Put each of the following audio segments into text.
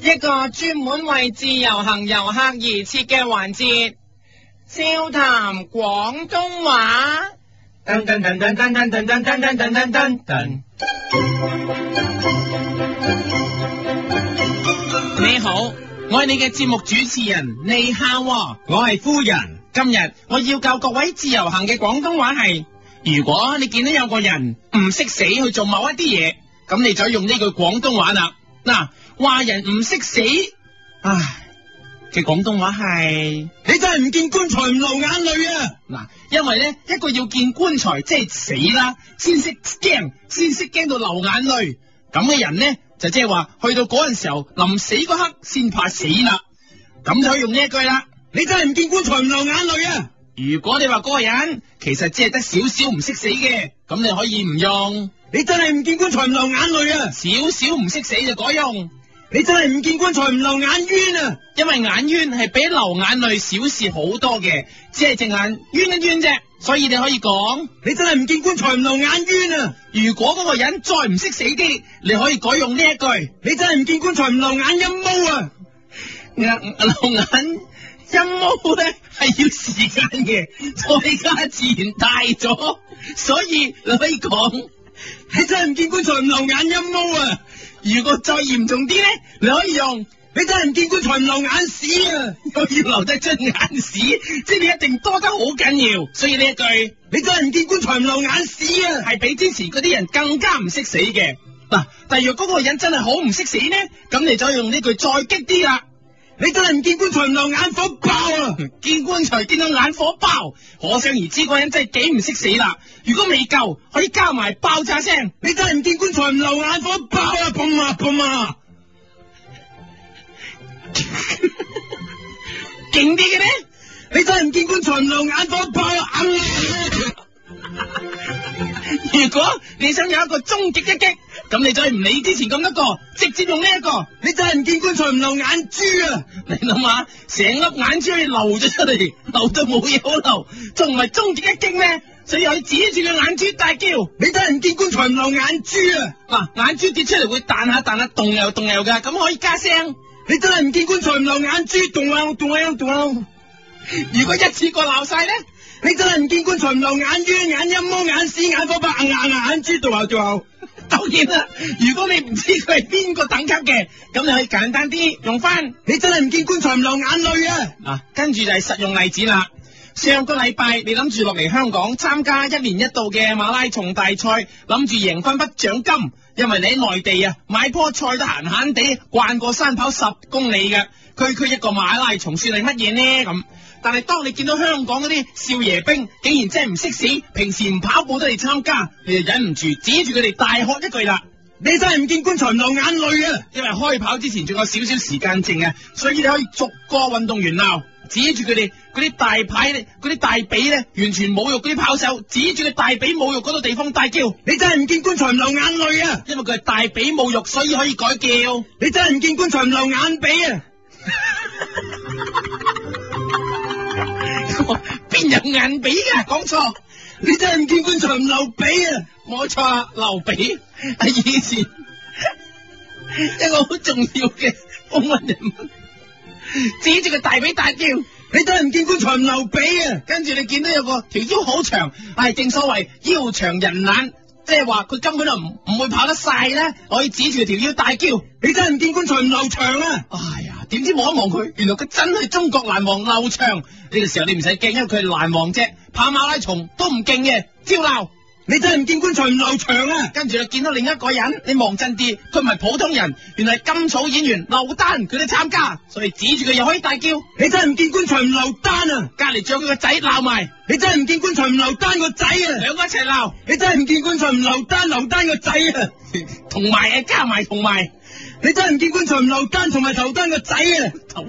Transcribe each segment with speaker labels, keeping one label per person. Speaker 1: 一個專門為自由行遊客而設嘅環節，笑談廣東話。
Speaker 2: 噔噔噔噔噔噔噔噔噔噔噔噔噔噔。
Speaker 1: 你好，我係你嘅節目主持人，你好喎，我係夫人。今日我要教各位自由行嘅廣東話係，如果你見到有個人唔識死去做某一啲嘢，咁你就用呢句廣東話啦。嗱，話人唔識死，唉嘅廣東話係。
Speaker 2: 你真係唔見棺材唔流眼淚啊！
Speaker 1: 嗱，因為咧一個要見棺材，即係死啦，先識驚，先識驚到流眼淚。咁嘅人咧，就即係話去到嗰陣時候，臨死嗰刻先怕死啦。咁就可以用呢一句啦。
Speaker 2: 你真係唔見棺材唔流眼淚啊！
Speaker 1: 如果你話嗰個人其實只係得少少唔識死嘅，咁你可以唔用
Speaker 2: 你真係唔見棺材唔流眼淚啊！
Speaker 1: 少少唔識死就改用，
Speaker 2: 你真係唔見棺材唔流眼冤啊！
Speaker 1: 因為眼冤係比流眼淚小事好多嘅，只係隻眼冤一冤啫。所以你可以講。
Speaker 2: 你真係唔見棺材唔流眼冤啊！
Speaker 1: 如果嗰個人再唔識死啲，你可以改用呢一句：
Speaker 2: 你真係唔見棺材唔流眼陰毛啊！
Speaker 1: 眼流眼陰毛咧係要時間嘅， 再加自然大咗，所以你可以講。
Speaker 2: 你真係唔見棺材唔流眼陰毛啊！
Speaker 1: 如果再嚴重啲咧，你可以用。
Speaker 2: 你真係唔見棺材唔流眼屎啊！
Speaker 1: 又 要流得出眼屎，即係你一定多得好緊要，所以呢一句
Speaker 2: 你真係唔見棺材唔流眼屎啊！
Speaker 1: 係比之前嗰啲人更加唔識死嘅。嗱，但係若嗰個人真係好唔識死呢，咁你就用呢句再激啲啦。
Speaker 2: 你真係唔見棺材唔流眼火爆啊！
Speaker 1: 見棺材見到眼火爆，可想而知嗰人真係幾唔識死啦。如果未夠，可以加埋爆炸聲。
Speaker 2: 你真係唔見棺材唔流眼火爆啊！嘣啊嘣啊！
Speaker 1: 勁啲嘅呢，
Speaker 2: 你真係唔見棺材唔流眼火爆啊！嗯
Speaker 1: 如果你想有一個終極一擊，咁你再唔理之前咁多個，直接用呢、一個。
Speaker 2: 你真係唔見棺材唔流眼珠啊！
Speaker 1: 你諗下，成粒眼珠可以流咗出嚟， 流到冇嘢好流，仲唔係終極一擊咩？所以可以指住個眼珠大叫。
Speaker 2: 你真係唔見棺材唔流眼珠啊！
Speaker 1: 嗱、眼珠跌出嚟會彈下彈下，動又動又噶，咁可以加聲。
Speaker 2: 你真係唔見棺材唔流眼珠，動啊動啊動啊！
Speaker 1: 如果一次過鬧晒咧，
Speaker 2: 你真係唔見棺材唔流眼冤、眼陰毛、眼屎、眼火爆、眼眼眼珠，動啊動啊！
Speaker 1: 當然啦，如果你唔知佢係邊個等級嘅，咁你可以簡單啲用翻。
Speaker 2: 你真係唔見棺材唔流眼淚啊！
Speaker 1: 嗱，跟住就係實用例子啦。上個禮拜你諗住落嚟香港參加一年一度嘅馬拉松大賽，諗住贏翻筆獎金，因為你喺內地啊買棵菜都閒閒地慣過山跑十公里嘅，區區一個馬拉松算係乜嘢呢？咁，但係當你見到香港嗰啲少爺兵竟然真係唔識死，平時唔跑步都嚟參加，你就忍唔住指住佢哋大喝一句啦。
Speaker 2: 你真係唔見棺材唔流眼淚啊！
Speaker 1: 因為開跑之前仲有少少時間剩啊，所以你可以逐個運動員鬧，指住佢哋嗰啲大牌咧、嗰啲大髀咧，完全侮辱嗰啲跑手，指住佢大髀侮辱嗰個地方大叫，
Speaker 2: 你真係唔見棺材唔流眼淚啊！
Speaker 1: 因為佢係大髀侮辱，所以可以改叫。
Speaker 2: 你真係唔見棺材唔流眼鼻啊！
Speaker 1: 邊有眼啊髀㗎？講錯，
Speaker 2: 你真係唔見棺材唔流鼻啊！
Speaker 1: 冇錯，劉備係以前 一個好重要嘅風雲人物，指住佢大髀大叫。
Speaker 2: 你真係唔見棺材唔流鼻啊！
Speaker 1: 跟住你見到有個條腰好長，唉、正所謂腰長人懶，即係話佢根本就唔唔會跑得晒咧，可以指住條腰大叫。
Speaker 2: 你真係唔見棺材唔流長啊！
Speaker 1: 哎呀，點知望一望佢，原來佢真係中國欄王劉翔。呢、個時候你唔使驚，因為佢係欄王啫，跑馬拉松都唔勁嘅，照鬧。
Speaker 2: 你真係唔見棺材唔流長啊！
Speaker 1: 跟住你見到另一個人，你望真啲，佢唔係普通人，原來係甘草演員劉丹，佢都參加，所以指住佢又可以大叫。
Speaker 2: 你真係唔見棺材唔流丹啊！
Speaker 1: 隔離仲有佢個仔鬧埋，
Speaker 2: 你真係唔見棺材唔流丹個仔啊！
Speaker 1: 兩個一齊鬧，
Speaker 2: 你真係唔見棺材唔流丹流丹個仔啊！
Speaker 1: 同埋啊加埋同埋。
Speaker 2: 你真係唔見棺材唔流丹同埋頭丹個仔啊！
Speaker 1: 頭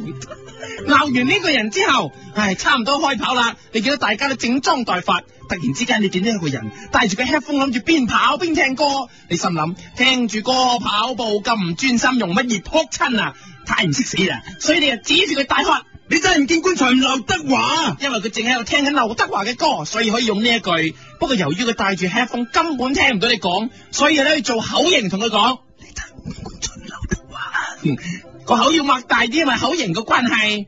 Speaker 1: 鬧完呢個人之後，唉，差唔多開跑啦。你見到大家都整裝待發，突然之間你見到有個人戴住個 headphone 諗住邊跑邊聽歌，你心諗聽住歌跑步咁唔專心，用乜嘢撲親啊？太唔識死啦！所以你就指住佢大喝，
Speaker 2: 你真係唔見棺材唔流德華，
Speaker 1: 因為佢正喺度聽緊劉德華嘅歌，所以可以用呢一句。不過由於佢戴住 headphone 根本聽唔到你講，所以你可以做口型同佢講。嗯個口要擘大啲，因為口型嘅關係。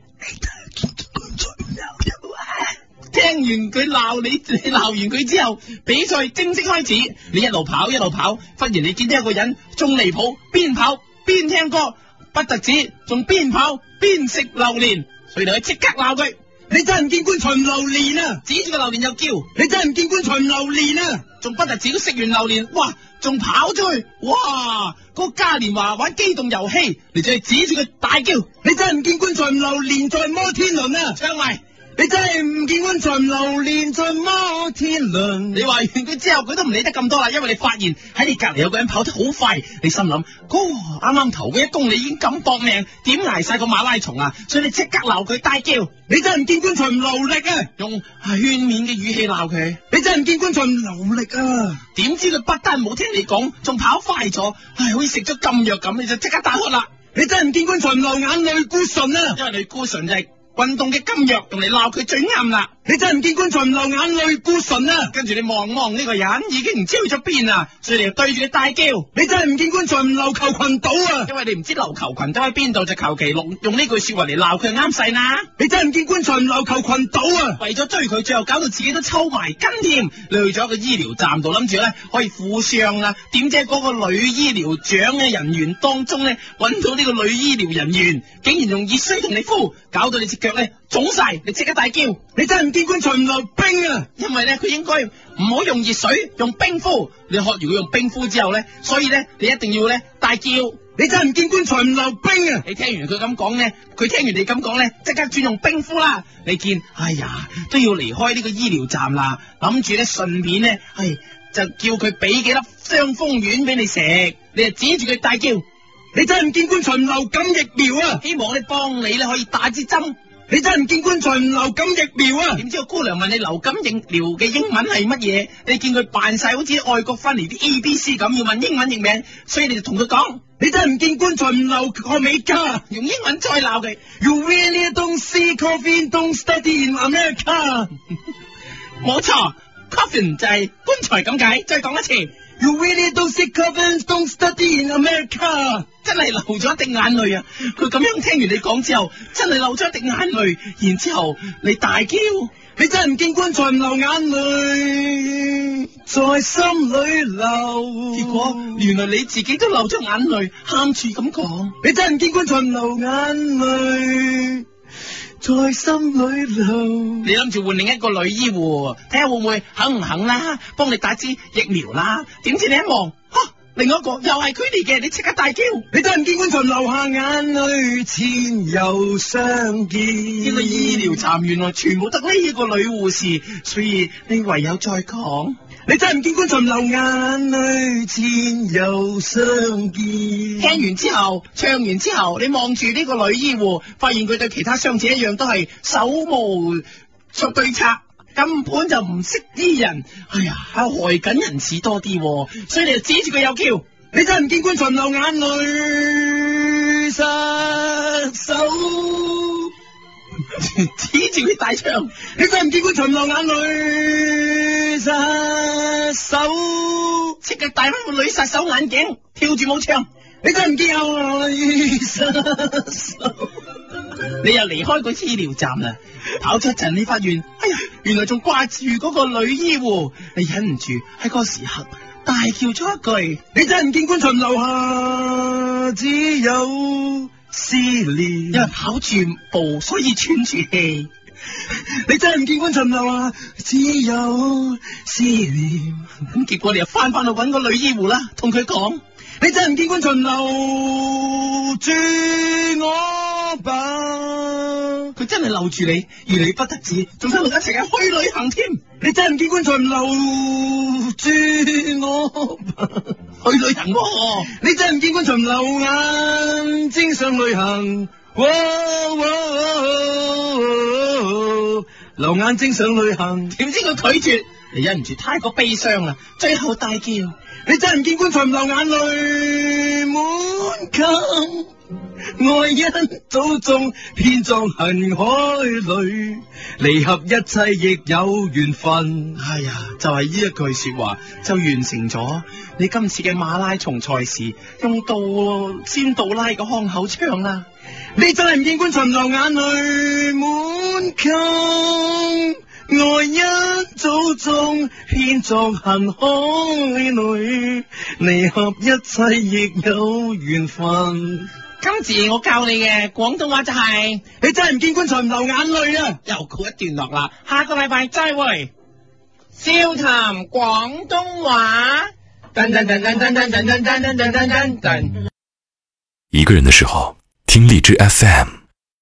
Speaker 1: 聽完佢鬧你，你鬧完佢之後，比賽正式開始。你一路跑一路跑，忽然你見到一個人仲離譜，邊跑邊聽歌，不特止，仲邊跑邊食榴蓮，所以你可以即刻鬧佢，
Speaker 2: 你真係唔見棺材唔榴蓮啊！
Speaker 1: 指住個榴蓮就叫，
Speaker 2: 你真係唔見棺材唔榴蓮啊！
Speaker 1: 仲不特止都食完榴蓮，哇，仲跑出去，哇，嗰個嘉年華玩機動遊戲，你就係指住佢大叫，
Speaker 2: 你真係唔見棺材唔榴蓮在摩天輪啊！
Speaker 1: 唱埋。
Speaker 2: 你真係唔見棺材唔榴蓮在摩天輪。
Speaker 1: 你話完佢之後，佢都唔理得咁多啦，因為你發現喺你隔離有個人跑得好快，你心諗，哥啱啱頭嗰一公里已經咁搏命，點捱晒個馬拉松啊？所以你即刻鬧佢大叫，
Speaker 2: 你真係唔見棺材唔流力啊！
Speaker 1: 用勸勉嘅語氣鬧佢。
Speaker 2: 你真係唔見棺材唔流力啊！
Speaker 1: 點知佢不但冇聽你講，仲跑快咗，唉，好似食咗禁藥咁，你就即刻打乞啦。
Speaker 2: 你真係唔見棺材唔流眼淚孤唇啊！
Speaker 1: 因為你姑純就係運動嘅禁藥，用嚟鬧佢最啱啦。
Speaker 2: 你真係唔見棺材唔流眼淚孤唇啊！
Speaker 1: 跟住你望望呢個人已經唔知去咗邊啦，所以你就對住佢大叫。
Speaker 2: 你真係唔見棺材唔流球群島啊！
Speaker 1: 因為你唔知琉球群島喺邊度，就求其用用呢句说話嚟鬧佢啱晒啦。
Speaker 2: 你真係唔見棺材唔流球群島啊！
Speaker 1: 為咗追佢，最後搞到自己都抽埋筋添。你去咗一個醫療站度，諗住咧可以負傷啦。點知喺嗰個女醫療長嘅人員當中咧，揾到呢個女醫療人員，竟然用熱水同你敷，搞到你隻腳咧腫晒，你即刻大叫，
Speaker 2: 你真係唔見棺材唔流冰啊！
Speaker 1: 因為咧佢應該唔好用熱水，用冰敷。你學完佢用冰敷之後咧，所以咧你一定要咧大叫。
Speaker 2: 你真係唔見棺材唔流冰啊！
Speaker 1: 你聽完佢咁講咧，佢聽完你咁講咧，即刻轉用冰敷啦。你見，哎呀，都要離開呢個醫療站啦，諗住咧順便咧，係就叫佢俾幾粒傷風丸俾你食，你就指住佢大叫，
Speaker 2: 你真係唔見棺材唔流感疫苗啊！
Speaker 1: 希望咧幫你咧可以打支針。
Speaker 2: 你真係唔見棺材唔流感疫苗啊！
Speaker 1: 點知個姑娘問你流感疫苗嘅英文係乜嘢？你見佢扮晒好似外國翻嚟啲 A B C 咁，要問英文譯名，所以你就同佢講
Speaker 2: 你真係唔見棺材唔流我美加。
Speaker 1: 用英文再鬧佢。
Speaker 2: You really don't see coffee, don't study in America.
Speaker 1: 冇錯，coffin 就係棺材咁解。再講一次。
Speaker 2: You really don't see coffee, don't study in America.
Speaker 1: 真係流咗一滴眼淚啊！佢咁樣聽完你講之後，真係流咗一滴眼淚，然之後你大叫，
Speaker 2: 你真係唔見棺材唔流眼淚，在心裏流。
Speaker 1: 結果原來你自己都流咗眼淚，喊住咁講，
Speaker 2: 你真係唔見棺材唔流眼淚，在心裏流。
Speaker 1: 你諗住換另一個女醫護，睇下會唔會肯唔肯啦，幫你打支疫苗啦。點知你一望，嚇，另外一個又係佢哋嘅，你即刻大叫。
Speaker 2: 你真係唔見棺材唔流下眼淚，前又相見。
Speaker 1: 呢
Speaker 2: 呢
Speaker 1: 個醫療站原來全部得呢一個女護士，所以你唯有再講。
Speaker 2: 你真係唔見棺材唔流眼淚，前又相見。
Speaker 1: 聽完之後，唱完之後，你望住呢個女醫護，發現佢對其他傷者一樣都係手無足對策，根本就唔識醫人。哎呀，害緊人士多啲喎，所以你就指住佢又叫。
Speaker 2: 你真係唔見棺材唔流眼淚，失手。
Speaker 1: 指住佢大唱，
Speaker 2: 你真係唔見棺材唔流眼淚，失手。
Speaker 1: 即刻戴翻個女殺手眼鏡，跳住舞唱。
Speaker 2: 你真係唔見愛，失手。
Speaker 1: 你又離開個醫療站啦，跑咗一陣，你發現，哎呀，原來仲掛住嗰個女醫護，你忍唔住喺嗰時刻大叫咗一句。
Speaker 2: 你真係唔見棺材唔流下，只有思念。
Speaker 1: 因為跑住步，所以喘住 氣。
Speaker 2: 你真係唔見棺材唔流下，只有思念。
Speaker 1: 咁結果你又翻翻去揾個女醫護啦，同佢講，
Speaker 2: 你真係唔見棺材唔留住我吧？
Speaker 1: 佢真係留住你，而你不得止，仲喺度一齊去旅行添。
Speaker 2: 你真係唔見棺材唔留住我吧？
Speaker 1: 去旅行喎、
Speaker 2: 你真係唔見棺材唔流眼睛上旅行。哇哇流眼睛上旅行，
Speaker 1: 點知佢拒絕，
Speaker 2: 你忍唔住太過悲傷啦，最後大叫：
Speaker 1: 你真人見棺材唔流眼淚，滿襟愛一早中遍葬恨海裏，離合一切亦有緣分。
Speaker 2: 哎呀，就係、呢一句说話就完成咗你今次嘅馬拉松賽事，用杜仙杜拉嘅腔口唱啦。
Speaker 1: 你真係唔見棺材唔流眼淚，滿襟愛一早中遍作恨海裏，離合一切亦有緣分。
Speaker 2: 今次我教你嘅廣東話就係、
Speaker 1: 你真係唔見棺材唔流眼淚啊！
Speaker 2: 又告一段落啦，下個禮拜再會。笑談廣東話。噔噔噔噔噔噔噔噔噔噔噔噔。
Speaker 3: 一个人的时候，听荔枝 FM。